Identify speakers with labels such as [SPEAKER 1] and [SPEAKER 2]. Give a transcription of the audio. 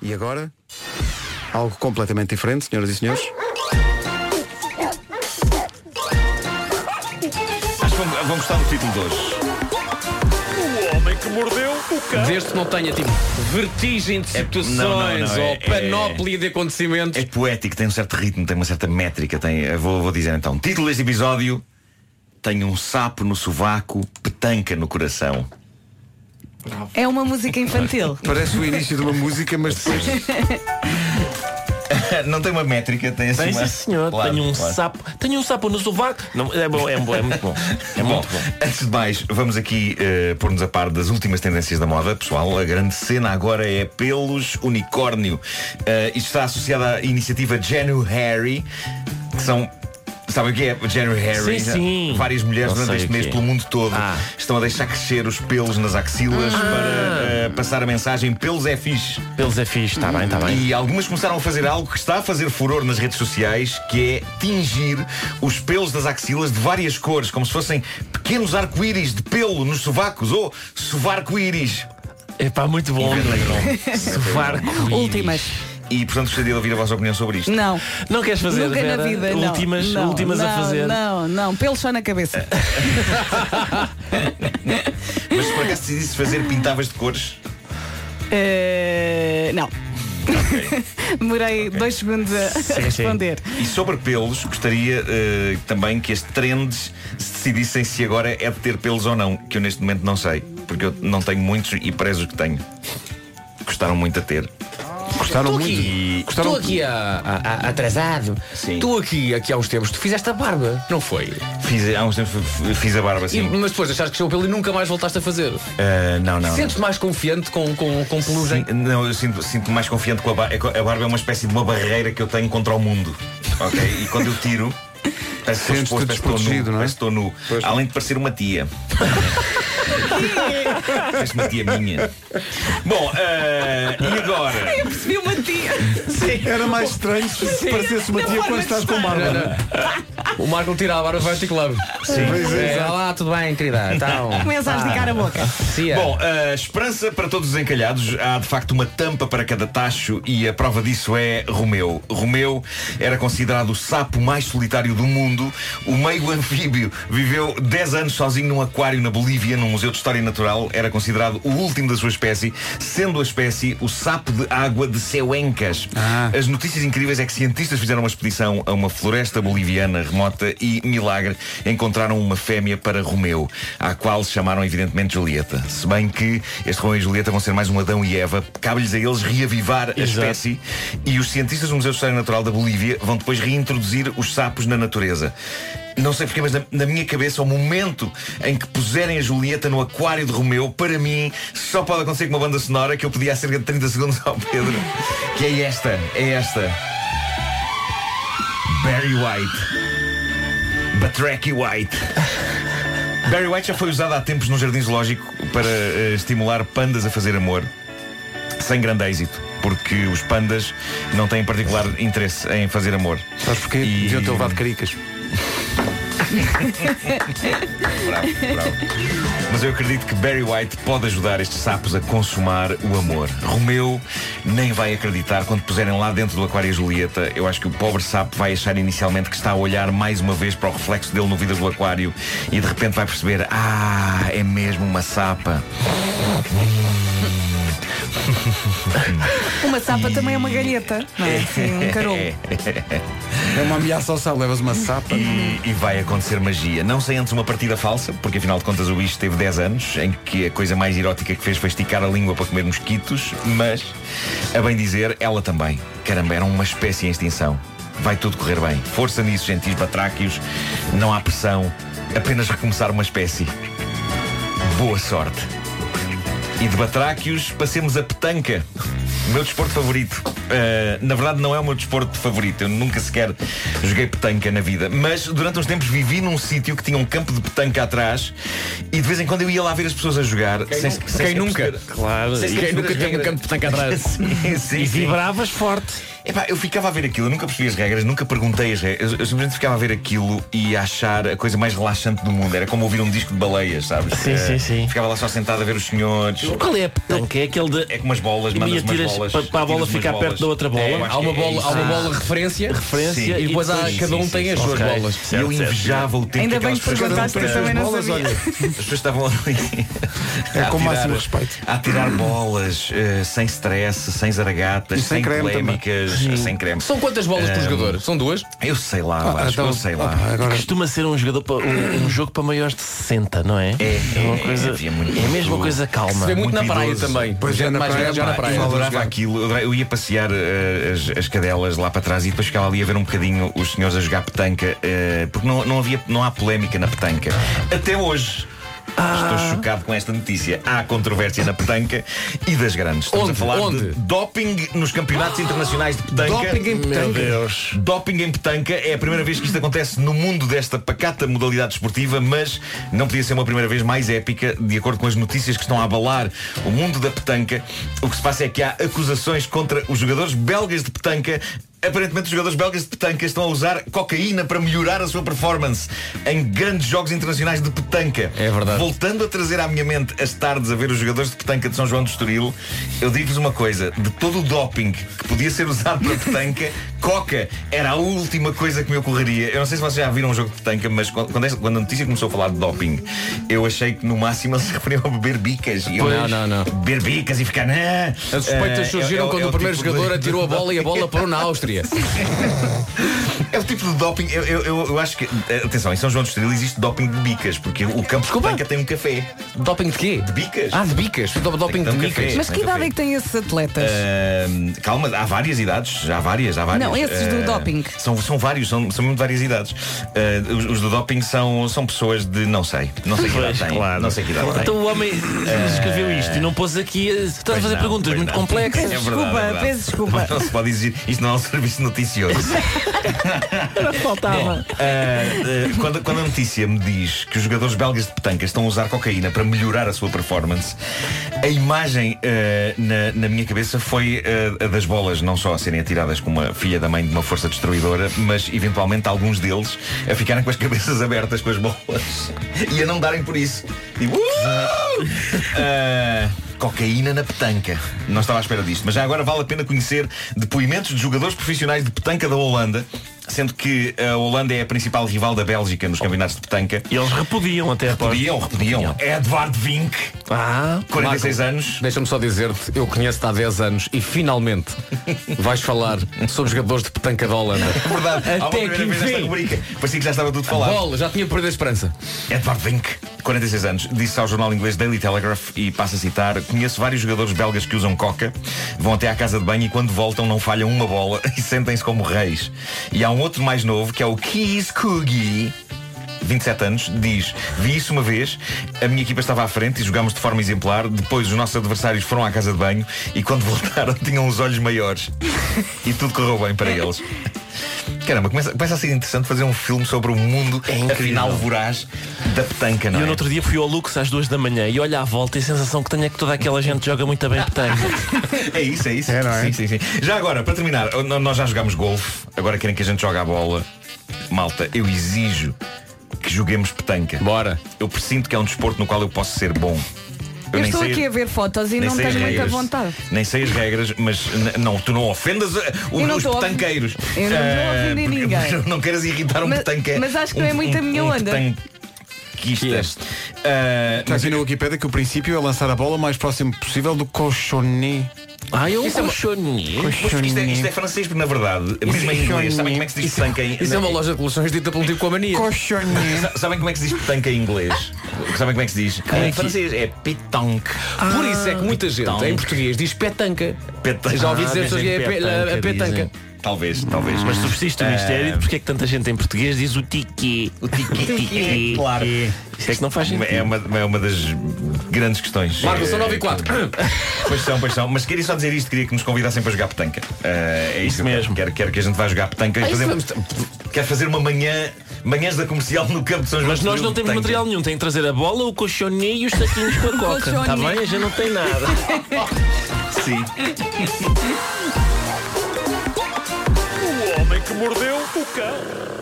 [SPEAKER 1] E agora? Algo completamente diferente, senhoras e senhores.
[SPEAKER 2] Acho que vão, vão gostar do título de hoje.
[SPEAKER 3] O homem que mordeu o cão.
[SPEAKER 4] Desde que não tenha tipo vertigem de situações
[SPEAKER 2] não, não, não, é-
[SPEAKER 4] ou panóplia de acontecimentos.
[SPEAKER 2] É poético, tem um certo ritmo, tem uma certa métrica. Tem, eu vou, vou dizer então. Título deste episódio: Tenho um sapo no sovaco, petanca no coração.
[SPEAKER 5] É uma música infantil.
[SPEAKER 1] Parece o início de uma música, mas depois.
[SPEAKER 2] É, Não tem uma métrica, tem assim
[SPEAKER 6] Tem
[SPEAKER 2] uma...
[SPEAKER 6] sim senhor,
[SPEAKER 2] Claro,
[SPEAKER 6] tenho um
[SPEAKER 2] claro.
[SPEAKER 6] sapo, tenho um sapo no sovaco. Não, é bom, é bom, é muito bom. É
[SPEAKER 2] Bom,
[SPEAKER 6] muito bom.
[SPEAKER 2] antes de mais, vamos aqui eh, pôr-nos a par das últimas tendências da moda, pessoal. A grande cena agora é pelos unicórnio. Eh, isto está associado à iniciativa January, que são. Sabem o que é January?
[SPEAKER 6] Sim, sim.
[SPEAKER 2] Várias mulheres
[SPEAKER 6] Não
[SPEAKER 2] durante
[SPEAKER 6] sei
[SPEAKER 2] este
[SPEAKER 6] o que
[SPEAKER 2] mês
[SPEAKER 6] é.
[SPEAKER 2] pelo mundo todo
[SPEAKER 6] Ah.
[SPEAKER 2] estão a deixar crescer os pelos nas axilas para eh, passar a mensagem pelos é fixe.
[SPEAKER 6] Pelos é fixe, está bem, está bem.
[SPEAKER 2] E algumas começaram a fazer algo que está a fazer furor nas redes sociais, que é tingir os pelos das axilas de várias cores, como se fossem pequenos arco-íris de pelo nos sovacos ou sovarco-íris.
[SPEAKER 6] É pá, muito bom.
[SPEAKER 2] Inventei o nome.
[SPEAKER 6] Sovaco.
[SPEAKER 5] Últimas.
[SPEAKER 2] E portanto gostaria de ouvir a vossa opinião sobre isto.
[SPEAKER 5] Não.
[SPEAKER 6] Não queres fazer,
[SPEAKER 5] Nunca
[SPEAKER 6] Vera?
[SPEAKER 5] na vida. Não.
[SPEAKER 6] últimas,
[SPEAKER 5] não,
[SPEAKER 6] últimas
[SPEAKER 5] não,
[SPEAKER 6] a fazer.
[SPEAKER 5] Não, não, pelo só na cabeça.
[SPEAKER 2] Mas se por acaso decidisse fazer pintavas de cores,
[SPEAKER 5] Eh, não. Demorei dois segundos a a
[SPEAKER 6] sim.
[SPEAKER 5] responder.
[SPEAKER 2] E sobre pelos, gostaria eh, também que as trends se decidissem se agora é de ter pelos ou não, que eu neste momento não sei, porque eu não tenho muitos e prezo que tenho. Gostaram muito a ter.
[SPEAKER 1] Gostaram
[SPEAKER 4] Tu
[SPEAKER 1] muito.
[SPEAKER 4] aqui,
[SPEAKER 1] Gostaram
[SPEAKER 4] tu aqui a, a- a- atrasado.
[SPEAKER 2] Sim.
[SPEAKER 4] Tu aqui, aqui há uns tempos, tu fizeste a barba, não foi?
[SPEAKER 2] Fiz, há uns tempos f- fiz a barba
[SPEAKER 4] E-
[SPEAKER 2] assim.
[SPEAKER 4] mas depois achaste que chegou pelo e nunca mais voltaste a fazer.
[SPEAKER 2] Eh, não, não.
[SPEAKER 4] Sentes mais confiante com, com, com
[SPEAKER 2] não.
[SPEAKER 4] pelugem?
[SPEAKER 2] Sim, não, eu sinto- sinto-me mais confiante com a barba. A barba é uma espécie de uma barreira que eu tenho contra o mundo. Ok? E quando eu tiro. Parece que
[SPEAKER 1] Sentes-te
[SPEAKER 2] estou exposto, parece que estou nu,
[SPEAKER 1] desprotegido, não é?
[SPEAKER 2] parece que estou nu. Além de parecer uma tia. Parece uma tia minha. Bom, eh, e agora?
[SPEAKER 5] Eu percebi uma tia.
[SPEAKER 1] Era mais estranho se parecesse uma
[SPEAKER 5] na
[SPEAKER 1] tia quando
[SPEAKER 5] forma
[SPEAKER 1] estás
[SPEAKER 5] de
[SPEAKER 1] com
[SPEAKER 5] estar.
[SPEAKER 1] barba.
[SPEAKER 4] O Marco tira a barba vai ter club. Sim.
[SPEAKER 1] Pois é, exato.
[SPEAKER 4] Olá, tudo bem, querida? Então, Ah,
[SPEAKER 5] Começa a esticar
[SPEAKER 6] Ah.
[SPEAKER 5] a boca.
[SPEAKER 4] cia.
[SPEAKER 2] Bom, a esperança para todos os encalhados. Há de facto uma tampa para cada tacho e a prova disso é Romeu. Romeu era considerado o sapo mais solitário do mundo, o meio anfíbio. Viveu 10 anos sozinho num aquário na Bolívia, num museu de história natural. Era considerado o último da sua espécie, sendo a espécie o sapo de água de Ceuencas. As notícias incríveis é que cientistas fizeram uma expedição a uma floresta boliviana remota e, milagre, encontraram uma fêmea para Romeu, à qual chamaram evidentemente Julieta. Se bem que este Romeu e Julieta vão ser mais um Adão e Eva, cabe-lhes a eles reavivar a espécie e os cientistas do Museu de História Natural da Bolívia vão depois reintroduzir os sapos na natureza. Não sei porquê, mas na, na minha cabeça, o momento em que puserem a Julieta no aquário de Romeu, para mim, só pode acontecer com uma banda sonora que eu pedi há cerca de 30 segundos ao Pedro. Que é esta, é esta. Barry White. Batracky White. Barry White já foi usado há tempos num jardim zoológico para eh, estimular pandas a fazer amor. Sem grande êxito, porque os pandas não têm particular interesse em fazer amor.
[SPEAKER 1] Sabes porquê?
[SPEAKER 2] E-
[SPEAKER 1] Deviam ter levado caricas.
[SPEAKER 2] Bravo, bravo. Mas eu acredito que Barry White pode ajudar estes sapos a consumar o amor. Romeu nem vai acreditar quando puserem lá dentro do aquário a Julieta. Eu acho que o pobre sapo vai achar inicialmente que está a olhar mais uma vez para o reflexo dele no vidro do aquário e de repente vai perceber: Ah, é mesmo uma sapa.
[SPEAKER 5] Uma sapa também é uma galheta. Não é? Sim, um carolo.
[SPEAKER 1] É uma ameaça ao sal, levas uma sapa.
[SPEAKER 2] E, e vai acontecer magia. Não sem antes uma partida falsa, porque afinal de contas o bicho teve 10 anos, em que a coisa mais erótica que fez foi esticar a língua para comer mosquitos, mas, a bem dizer, ela também. Caramba, era uma espécie em extinção. Vai tudo correr bem. Força nisso, gentis batráquios. Não há pressão. Apenas recomeçar uma espécie. Boa sorte. E de batráquios, passemos a petanca. Meu desporto favorito. Eh, na verdade, não é o meu desporto favorito. Eu nunca sequer joguei petanca na vida. Mas durante uns tempos vivi num sítio que tinha um campo de petanca atrás e de vez em quando eu ia lá ver as pessoas a jogar. Quem,
[SPEAKER 4] nunca? Quem nunca?
[SPEAKER 6] Claro.
[SPEAKER 2] Sim, sim.
[SPEAKER 4] Quem nunca tem um campo de tanque atrás?
[SPEAKER 2] sim,
[SPEAKER 6] E
[SPEAKER 2] sim, sim.
[SPEAKER 6] vibravas forte.
[SPEAKER 2] Epá, eu ficava a ver aquilo, eu nunca percebi as regras, nunca perguntei as regras. Eu, eu simplesmente ficava a ver aquilo e a achar a coisa mais relaxante do mundo. Era como ouvir um disco de baleias, sabes?
[SPEAKER 6] Sim,
[SPEAKER 2] Eh,
[SPEAKER 6] sim, sim.
[SPEAKER 2] Ficava lá só sentado a ver os senhores.
[SPEAKER 6] Qual é a petanca? É aquele de.
[SPEAKER 2] É com umas bolas,
[SPEAKER 6] E
[SPEAKER 2] mandas umas
[SPEAKER 6] atiras
[SPEAKER 2] bolas.
[SPEAKER 6] pa- para a bola
[SPEAKER 2] tiras umas
[SPEAKER 6] ficar perto
[SPEAKER 2] bolas.
[SPEAKER 6] da outra bola?
[SPEAKER 2] eu acho
[SPEAKER 4] Há uma
[SPEAKER 2] que é
[SPEAKER 4] bola,
[SPEAKER 2] isso.
[SPEAKER 4] há uma bola de referência.
[SPEAKER 6] Referência.
[SPEAKER 2] Sim.
[SPEAKER 4] E depois há, cada um tem as suas
[SPEAKER 6] Ok.
[SPEAKER 4] bolas.
[SPEAKER 2] E eu
[SPEAKER 6] Certo, certo.
[SPEAKER 2] invejava o tempo
[SPEAKER 5] Ainda
[SPEAKER 2] que
[SPEAKER 5] bem
[SPEAKER 2] aquelas pessoas
[SPEAKER 5] que perguntaste, que eu
[SPEAKER 2] estavam
[SPEAKER 5] também não
[SPEAKER 1] um bolas,
[SPEAKER 5] sabia.
[SPEAKER 1] olha.
[SPEAKER 2] As pessoas estavam ali.
[SPEAKER 1] É
[SPEAKER 2] a
[SPEAKER 1] com o
[SPEAKER 2] tirar-
[SPEAKER 1] máximo respeito.
[SPEAKER 2] A tirar bolas, eh, sem stress, sem zaragatas,
[SPEAKER 1] E sem
[SPEAKER 2] sem,
[SPEAKER 1] creme também.
[SPEAKER 2] polémicas, sem creme.
[SPEAKER 4] São quantas bolas por jogador? São duas?
[SPEAKER 2] Eu sei lá,
[SPEAKER 1] Ah,
[SPEAKER 2] Vasco, eu sei lá.
[SPEAKER 1] Então, opa, agora,
[SPEAKER 6] Costuma ser um jogador para, um, um jogo para maiores de 60, não é?
[SPEAKER 2] É,
[SPEAKER 6] uma
[SPEAKER 2] é,
[SPEAKER 6] coisa.
[SPEAKER 2] havia muito-
[SPEAKER 6] é a mesma coisa
[SPEAKER 4] Se
[SPEAKER 6] calma.
[SPEAKER 4] vê
[SPEAKER 2] muito
[SPEAKER 4] muito, na praia
[SPEAKER 2] idoso.
[SPEAKER 4] também.
[SPEAKER 1] Pois é,
[SPEAKER 4] Gente
[SPEAKER 1] na
[SPEAKER 4] mais
[SPEAKER 1] praia,
[SPEAKER 4] velha já
[SPEAKER 1] pá,
[SPEAKER 4] na
[SPEAKER 2] Eu
[SPEAKER 4] praia.
[SPEAKER 2] adorava aquilo, eu adorava- eu ia passear eh, as, as cadelas lá para trás e depois ficava ali a ver um bocadinho os senhores a jogar petanca, eh, porque não, não, havia, não há polémica na petanca. Até hoje. Estou chocado com esta notícia. Há controvérsia na petanca e das grandes. Estamos
[SPEAKER 4] Onde?
[SPEAKER 2] a falar
[SPEAKER 4] Onde?
[SPEAKER 2] de doping nos campeonatos internacionais de petanca.
[SPEAKER 1] Doping em
[SPEAKER 6] Meu
[SPEAKER 1] petanca.
[SPEAKER 6] Deus.
[SPEAKER 2] Doping em petanca é a primeira vez que isto acontece no mundo desta pacata modalidade esportiva, mas não podia ser uma primeira vez mais épica, de acordo com as notícias que estão a abalar o mundo da petanca. O que se passa é que há acusações contra os jogadores belgas de petanca. Aparentemente, os jogadores belgas de petanca estão a usar cocaína para melhorar a sua performance em grandes jogos internacionais de petanca.
[SPEAKER 4] É verdade.
[SPEAKER 2] Voltando a trazer à minha mente as tardes a ver os jogadores de petanca de São João do Estoril, eu digo-vos uma coisa: de todo o doping que podia ser usado para petanca, coca era a última coisa que me ocorreria. Eu não sei se vocês já viram um jogo de petanca, mas quando, quando esta- quando a notícia começou a falar de doping, eu achei que no máximo eles se referiam a beber bicas. E eu,
[SPEAKER 4] Pois. Não, não, não.
[SPEAKER 2] Beber bicas e ficar. "Nah".
[SPEAKER 4] As
[SPEAKER 2] Eh, é-
[SPEAKER 4] suspeitas surgiram
[SPEAKER 2] é-
[SPEAKER 4] quando
[SPEAKER 2] é
[SPEAKER 4] o primeiro
[SPEAKER 2] tipo de-
[SPEAKER 4] jogador
[SPEAKER 2] de-
[SPEAKER 4] atirou a
[SPEAKER 2] de-
[SPEAKER 4] bola e a bola parou na Áustria.
[SPEAKER 2] É o tipo de doping, eu, eu, eu- eu acho que. eh, Atenção, em São João do Estoril existe doping de bicas, porque o campo de
[SPEAKER 4] Desculpa?
[SPEAKER 2] petanca tem um café.
[SPEAKER 4] Doping de quê?
[SPEAKER 2] De bicas?
[SPEAKER 4] Ah, de bicas. Do- Doping de
[SPEAKER 2] Então, café.
[SPEAKER 4] bicas.
[SPEAKER 5] Mas que idade é que têm esses atletas?
[SPEAKER 6] Eh,
[SPEAKER 2] Ahm, calma, há várias idades, há várias, há várias.
[SPEAKER 5] Não, esses do
[SPEAKER 2] Ah,
[SPEAKER 5] doping.
[SPEAKER 2] São, são vários, são, são muito várias idades. Ah, os, os do doping são, são pessoas de não sei. Não sei que idade
[SPEAKER 6] Pois,
[SPEAKER 2] têm.
[SPEAKER 6] claro.
[SPEAKER 2] Não sei que idade têm.
[SPEAKER 6] Então o homem escreveu isto e não pôs aqui. eh, Estás a
[SPEAKER 2] Pois
[SPEAKER 6] fazer
[SPEAKER 2] não,
[SPEAKER 6] perguntas
[SPEAKER 2] pois
[SPEAKER 6] muito
[SPEAKER 2] não.
[SPEAKER 6] complexas.
[SPEAKER 2] É
[SPEAKER 5] Desculpa,
[SPEAKER 2] verdade, é verdade.
[SPEAKER 5] peço desculpa.
[SPEAKER 2] Não se pode exigir. Isto não é um serviço noticioso.
[SPEAKER 6] Faltava.
[SPEAKER 2] Ah, ah, quando, quando a notícia me diz que os jogadores belgas de petanca estão a usar cocaína para melhorar a sua performance, a imagem ah, na, na minha cabeça foi ah, a das bolas não só a serem atiradas com uma filha da mãe de uma força destruidora, mas eventualmente alguns deles a ficarem com as cabeças abertas com as bolas e a não darem por isso. Tipo, "Uh!" Ah, Cocaína na petanca. Não estava à espera disto, mas já agora vale a pena conhecer depoimentos de jogadores profissionais de petanca da Holanda, sendo que a Holanda é a principal rival da Bélgica nos campeonatos de petanca.
[SPEAKER 6] E eles repudiam até a porta.
[SPEAKER 2] Repetiam, repetiam. Edvard Vink,
[SPEAKER 6] Ah,
[SPEAKER 2] 46 anos.
[SPEAKER 4] Deixa-me só dizer-te, eu conheço-te há 10 anos e finalmente vais falar sobre jogadores de petanca da Holanda.
[SPEAKER 2] É Verdade, há uma
[SPEAKER 4] Até
[SPEAKER 2] primeira
[SPEAKER 4] que
[SPEAKER 2] vez nesta
[SPEAKER 4] enfim.
[SPEAKER 2] rubrica. Parecia que já estava tudo falado.
[SPEAKER 4] Bola, já tinha perdido a esperança.
[SPEAKER 2] Edvard Vink, 46 anos, disse ao jornal inglês Daily Telegraph e passa a citar: Conheço vários jogadores belgas que usam coca, vão até à casa de banho e quando voltam não falham uma bola e sentem-se como reis. E há um outro mais novo que é o Keys Coogie. 27 anos, diz Vi isso uma vez, a minha equipa estava à frente E jogámos de forma exemplar Depois os nossos adversários foram à casa de banho E quando voltaram tinham os olhos maiores E tudo correu bem para eles Caramba, começa, começa a ser interessante fazer um filme sobre o mundo
[SPEAKER 6] É incrível.
[SPEAKER 2] Afinal voraz da petanca, não
[SPEAKER 6] Eu
[SPEAKER 2] é?
[SPEAKER 6] no outro dia fui ao Lux às duas da manhã e olho à volta e a sensação que tenho é que toda aquela gente joga muito bem petanca.
[SPEAKER 2] É isso, é isso.
[SPEAKER 1] É, não é?
[SPEAKER 2] Sim, sim, sim. Já agora, para terminar, n- nós já jogámos golfe, agora querem que a gente jogue a bola. Malta, eu exijo que joguemos petanca.
[SPEAKER 4] Bora.
[SPEAKER 2] Eu presinto que é um desporto no qual eu posso ser bom.
[SPEAKER 5] Eu,
[SPEAKER 2] nem
[SPEAKER 5] estou
[SPEAKER 2] sei-
[SPEAKER 5] aqui a ver fotos e
[SPEAKER 2] nem
[SPEAKER 5] não
[SPEAKER 2] sei as
[SPEAKER 5] tenho muita
[SPEAKER 2] regras.
[SPEAKER 5] vontade.
[SPEAKER 2] Nem sei as regras, mas n- não, tu não ofendas uh, o-
[SPEAKER 5] Eu não
[SPEAKER 2] os
[SPEAKER 5] tô a ofender-
[SPEAKER 2] petanqueiros.
[SPEAKER 5] Eu não- não
[SPEAKER 2] Ah,
[SPEAKER 5] ofendi
[SPEAKER 2] porque-
[SPEAKER 5] ninguém.
[SPEAKER 2] porque Não queiras irritar um
[SPEAKER 5] Mas-
[SPEAKER 2] petanque.
[SPEAKER 5] mas acho que não é muito a
[SPEAKER 2] um
[SPEAKER 5] minha onda.
[SPEAKER 4] é
[SPEAKER 2] Petanquistas. Ah,
[SPEAKER 1] Está aqui na Wikipédia que o princípio é lançar a bola o mais próximo possível do colchoné.
[SPEAKER 6] Ah, eu
[SPEAKER 4] Isso é uma-
[SPEAKER 6] apaixonei.
[SPEAKER 2] Mas porque isto, é, isto é francês, porque na verdade, mesmo em inglês, sabem como é que se diz petanca em
[SPEAKER 4] Isso é uma
[SPEAKER 2] na-
[SPEAKER 4] loja de coleções dita pelo tipo com a mania.
[SPEAKER 1] Colchoné.
[SPEAKER 2] Sa- Sabem como é que se diz petanca em inglês? Sabem como é que se diz? em francês é Ah, pétanque.
[SPEAKER 4] Por isso é que muita gente
[SPEAKER 2] Petanque.
[SPEAKER 4] em português diz petanca.
[SPEAKER 2] Petanque.
[SPEAKER 4] Já ouvi
[SPEAKER 6] Então. Ah,
[SPEAKER 4] dizer pessoas que
[SPEAKER 6] dizem
[SPEAKER 4] é pe- a- a
[SPEAKER 6] petanca,
[SPEAKER 4] petanca.
[SPEAKER 2] Talvez, talvez.
[SPEAKER 6] Mas subsiste o mistério de porque é que tanta gente em português diz o tiqui. O tiqui. tiqui.
[SPEAKER 2] Claro.
[SPEAKER 6] Isso é que não faz sentido.
[SPEAKER 2] É uma, é uma das grandes questões.
[SPEAKER 4] Marco,
[SPEAKER 2] Eh,
[SPEAKER 4] são 9 e 4.
[SPEAKER 2] Pois são, pois são. Mas queria só dizer isto, queria que nos convidassem para jogar petanca. Eh, é isso, que eu
[SPEAKER 6] mesmo.
[SPEAKER 2] Quero, quero que a gente vá jogar petanca. e
[SPEAKER 4] isso
[SPEAKER 2] fazer-
[SPEAKER 4] vamos-
[SPEAKER 2] Quero fazer uma manhã, manhãs da comercial no campo de São João.
[SPEAKER 6] Mas
[SPEAKER 2] de
[SPEAKER 6] nós
[SPEAKER 2] Estoril
[SPEAKER 6] não
[SPEAKER 2] de
[SPEAKER 6] temos
[SPEAKER 2] petanca.
[SPEAKER 6] material nenhum. Tem que trazer a bola, o colchonê e os saquinhos com a coca.
[SPEAKER 5] colchonê.
[SPEAKER 6] Está bem? A gente não tem nada.
[SPEAKER 2] Sim.
[SPEAKER 3] O homem que mordeu o cão.